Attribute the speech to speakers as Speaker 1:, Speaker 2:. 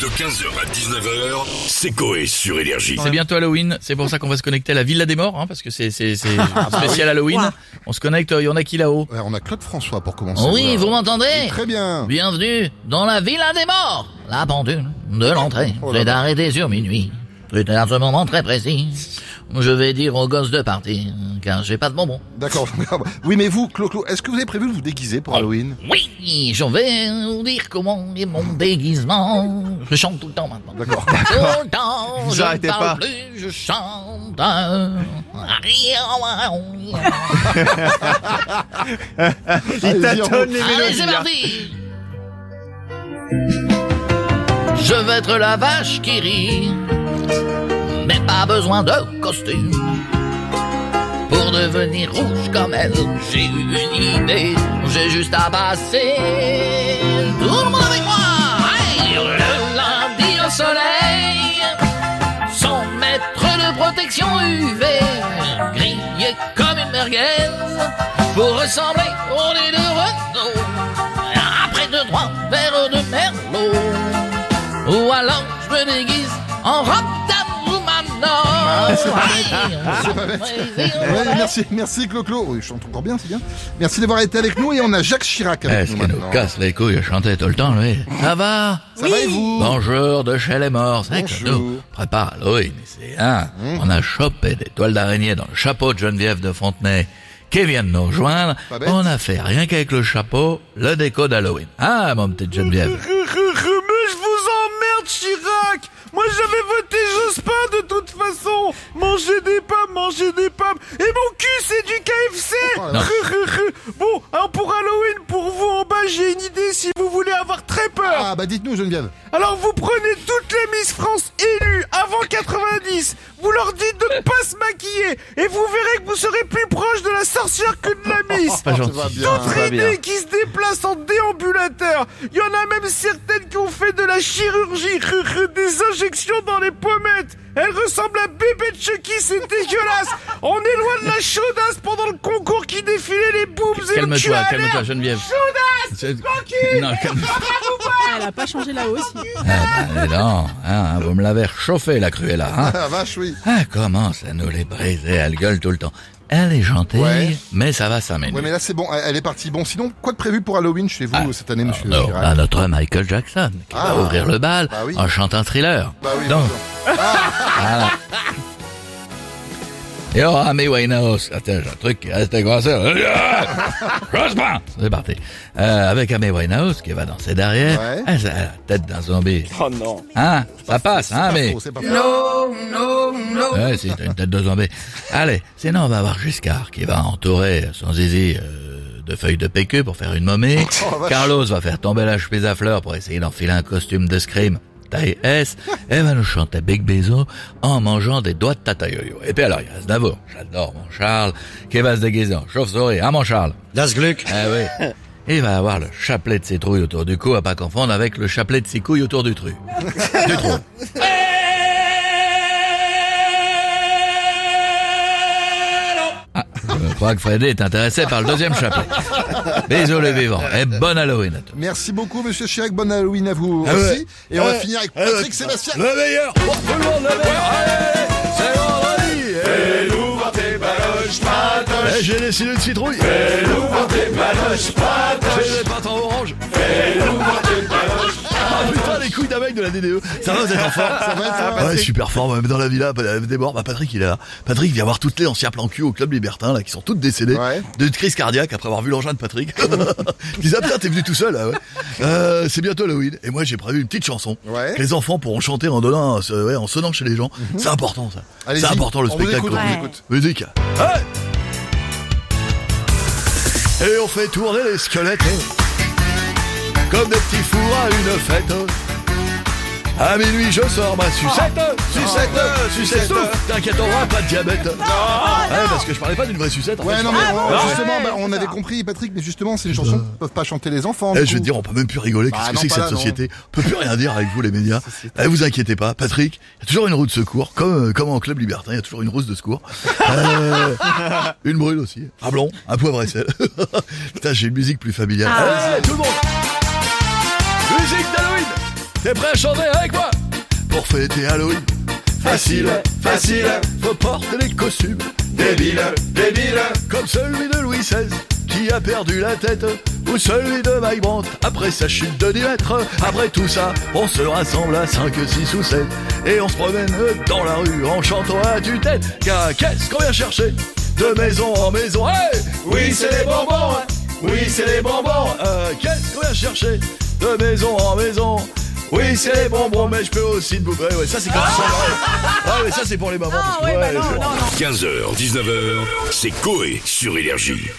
Speaker 1: De 15h à 19h, c'est Coé sur Énergie.
Speaker 2: C'est bientôt Halloween, c'est pour ça qu'on va se connecter à la Villa des Morts, hein, parce que c'est c'est- c'est spécial Halloween. On se connecte, il y en a qui là-haut.
Speaker 3: Ouais, on a Claude François pour commencer.
Speaker 2: Oui,
Speaker 3: Voilà.
Speaker 2: vous m'entendez
Speaker 3: Très bien.
Speaker 2: Bienvenue dans la Villa des Morts La pendule de l'entrée,
Speaker 4: Oh
Speaker 2: c'est d'arrêter sur minuit. C'est à ce moment très précis. Je vais dire aux gosses de partir, car j'ai pas de bonbons.
Speaker 3: D'accord. Oui, mais vous, Clo, Clo, est-ce que vous avez prévu de vous déguiser
Speaker 2: Ah.
Speaker 3: pour Halloween
Speaker 2: Oui, je vais vous dire comment est mon déguisement. Je chante tout le temps maintenant.
Speaker 3: D'accord.
Speaker 2: Tout le temps,
Speaker 4: Vous
Speaker 2: je ne
Speaker 4: arrêtez
Speaker 2: parle
Speaker 4: pas.
Speaker 2: plus, je chante. hein.
Speaker 3: Allez-y, on-
Speaker 4: Tâtonne les
Speaker 2: Allez,
Speaker 4: mélodies.
Speaker 2: Ah c'est parti Je veux être la vache qui rit, mais pas besoin de costume. Pour devenir rouge comme elle, j'ai eu une idée, j'ai juste à passer. Tout le monde avec moi Hey Le lundi au soleil, sans mettre de protection UV, grillé comme une merguez, pour ressembler au nez de Renault. Après deux, trois verres de merlot, ou alors je me déguise en robe d'amour
Speaker 3: Ouais,
Speaker 2: maintenant.
Speaker 3: merci, merci Clo Clo. Oui, je chante encore bien, c'est bien. Merci d'avoir été avec nous et on a Jacques Chirac avec
Speaker 2: Est-ce
Speaker 3: nous
Speaker 2: qu'il nous
Speaker 3: maintenant.
Speaker 2: casse les couilles à chanter tout le temps, lui Ça va
Speaker 3: Ça va et vous
Speaker 2: Bonjour de chez les morts, c'est que
Speaker 3: Bonjour.
Speaker 2: nous prépare Halloween ici, hein On a chopé des toiles d'araignée dans le chapeau de Geneviève de Fontenay qui vient de nous rejoindre.
Speaker 3: Pas bête.
Speaker 2: On a fait rien qu'avec le chapeau, le déco d'Halloween. Ah, mon petit Geneviève
Speaker 4: Mais je vous emmerde, Chirac Moi, j'avais voté Jospin de toute façon Mangez des pommes, mangez des pommes Et mon cul, c'est du KFC
Speaker 3: Oh
Speaker 2: la
Speaker 4: Ru, ru, ru. Bon, un pour Halloween, pour vous en bas, j'ai une idée si vous voulez avoir très peur
Speaker 3: Ah bah dites-nous Geneviève.
Speaker 4: Alors vous prenez toutes les Miss France élues avant 90, vous leur dites de ne pas se maquiller, et vous verrez que vous serez plus proche de la sorcière que de la Miss
Speaker 3: Ça va bien.
Speaker 4: D'autres aînés qui se déplacent en déambulateur. Il y en a même certaines qui ont fait de la chirurgie, ru- ru, des injections dans les pommettes. Elles ressemblent à bébé de Chucky, c'est dégueulasse. On est loin de la chaudasse pendant le concours qui défilait les boobs et le cul
Speaker 2: Calme-toi,
Speaker 4: à l'air.
Speaker 2: calme-toi, Geneviève.
Speaker 4: Chaudasse
Speaker 2: C'est-
Speaker 4: Tranquille
Speaker 2: Non, calme
Speaker 5: Elle a pas changé là aussi.
Speaker 2: Ah, dis donc, hein, vous me l'avez chauffé la Cruella, hein
Speaker 3: Ah vache, oui.
Speaker 2: Elle commence à nous les briser, elle gueule tout le temps. Elle est gentille,
Speaker 3: Ouais.
Speaker 2: mais ça va s'amener.
Speaker 3: Ouais, mais là c'est bon, elle elle est partie. Bon, sinon, quoi de prévu pour Halloween chez vous
Speaker 2: Ah,
Speaker 3: cette année, monsieur
Speaker 2: Non, à
Speaker 3: Chirac
Speaker 2: notre Michael Jackson, qui
Speaker 3: Ah.
Speaker 2: va ouvrir le bal
Speaker 3: Bah oui.
Speaker 2: en chantant thriller.
Speaker 3: Bah oui,
Speaker 2: Donc,
Speaker 3: bien sûr.
Speaker 2: il y aura Amy Winehouse. Attends, j'ai un truc qui reste coincé. Jospin C'est parti. Euh, avec Amy Winehouse qui va danser derrière.
Speaker 3: Ouais.
Speaker 2: Elle, elle a la tête d'un zombie. Oh non. Hein Ça passe, hein,
Speaker 3: C'est pas
Speaker 2: mais...
Speaker 3: faux, Oh, c'est pas faux.
Speaker 2: Ouais, c'est une tête de zombie. Allez, sinon on va avoir Giscard qui va entourer son zizi euh, de feuilles de PQ pour faire une momie.
Speaker 3: Oh, vache.
Speaker 2: Carlos va faire tomber la chemise à fleurs pour essayer d'enfiler un costume de scream taille S. Et va nous chanter Big Bezo en mangeant des doigts de tata yo-yo. Et puis alors, il y a Aznavour. J'adore mon Charles qui va se déguiser en chauve-souris. Hein, mon Charles
Speaker 6: Das Glück.
Speaker 2: Ah oui. Il va avoir le chapelet de ses trouilles autour du cou, à pas confondre avec le chapelet de ses couilles autour du tru. Du trou. Ah, je crois que Freddy est intéressé par le deuxième chapelet. Désolé vivant, et bonne Halloween à tous.
Speaker 3: Merci beaucoup, monsieur Chirac. Bonne Halloween à vous
Speaker 6: Ah ouais.
Speaker 3: aussi. Et on va
Speaker 2: Eh.
Speaker 6: Ah ouais.
Speaker 3: finir avec
Speaker 6: Ah ouais.
Speaker 3: Patrick Sébastien.
Speaker 6: Le meilleur. Pour tout le monde, le meilleur. Allez, c'est vendredi. Eh, J'ai les cils de citrouille. J'ai les pâtes en orange. Ah putain, les couilles d'un mec de la DDE. Ça va, vous êtes en forme Ça
Speaker 3: va, ça va,
Speaker 6: Ouais, super forme. Même dans la villa, euh, des morts. Bah, Patrick, il est là. Patrick vient voir toutes les anciens plans cul au club libertin, là, qui sont toutes décédées.
Speaker 3: Ouais.
Speaker 6: De crise cardiaque après avoir vu l'engin de Patrick. Il disait, ah putain, t'es venu tout seul, ah ouais. Euh, c'est bientôt Halloween. Et moi, j'ai prévu une petite chanson.
Speaker 3: Ouais. Mhm.
Speaker 6: Que les enfants pourront chanter en donnant, un- euh, ouais, en sonnant chez les gens. C'est important, ça.
Speaker 3: Allez-y.
Speaker 6: C'est important, le
Speaker 3: On vous
Speaker 6: spectacle.
Speaker 3: écoute, on vous
Speaker 6: Ouais.
Speaker 3: écoute.
Speaker 6: Musique. Hey Et on fait tourner les squelettes hein. comme des petits fours à une fête. À minuit, je sors ma sucette,
Speaker 3: Oh.
Speaker 6: sucette, sucette. Souffle, T'inquiète, on aura pas de diabète. ouais, parce que je parlais pas d'une vraie sucette. en
Speaker 3: Ouais,
Speaker 6: fait.
Speaker 3: non, mais on- justement, bah, on avait compris, Patrick, mais justement, c'est une chanson que peuvent pas chanter les enfants.
Speaker 6: Eh,
Speaker 3: du
Speaker 6: je veux
Speaker 3: coup.
Speaker 6: dire, on peut même plus rigoler.
Speaker 3: Bah,
Speaker 6: Qu'est-ce que
Speaker 3: non,
Speaker 6: c'est que
Speaker 3: pas
Speaker 6: cette
Speaker 3: là, non.
Speaker 6: société On peut plus rien dire avec vous, les médias. Eh, vous inquiétez pas, Patrick. Il y a toujours une roue de secours, comme euh, comme en club libertin, il y a toujours une rose de secours. Euh, une brûle aussi, un blanc, un poivre et sel. Putain, j'ai une musique plus familiale. Allez, tout le monde. Musique d'Halloween.
Speaker 7: T'es prêt à chanter avec moi Pour fêter Halloween Facile, facile Faut porter les costumes Débile, débile Comme celui de Louis XVI qui a perdu la tête Ou celui de Mike Brandt après sa chute de 10 mètres Après tout ça, on se rassemble à 5, 6 ou 7 Et on se promène dans la rue en chantant à tue-tête Car qu'est-ce qu'on vient chercher De maison en maison Hey Oui, c'est les bonbons hein. Oui, c'est les bonbons. Euh, Qu'est-ce qu'on vient chercher De maison en maison. Oui, c'est les bonbons, mais je peux aussi te bouffer. Ouais, ça c'est comme ça. Ouais, Ouais, mais ça c'est pour les mamans. parce que,
Speaker 5: ouais, bah
Speaker 7: ouais,
Speaker 5: non,
Speaker 7: c'est-
Speaker 5: non, non.
Speaker 1: 15h, 19h, c'est Coé sur Énergie.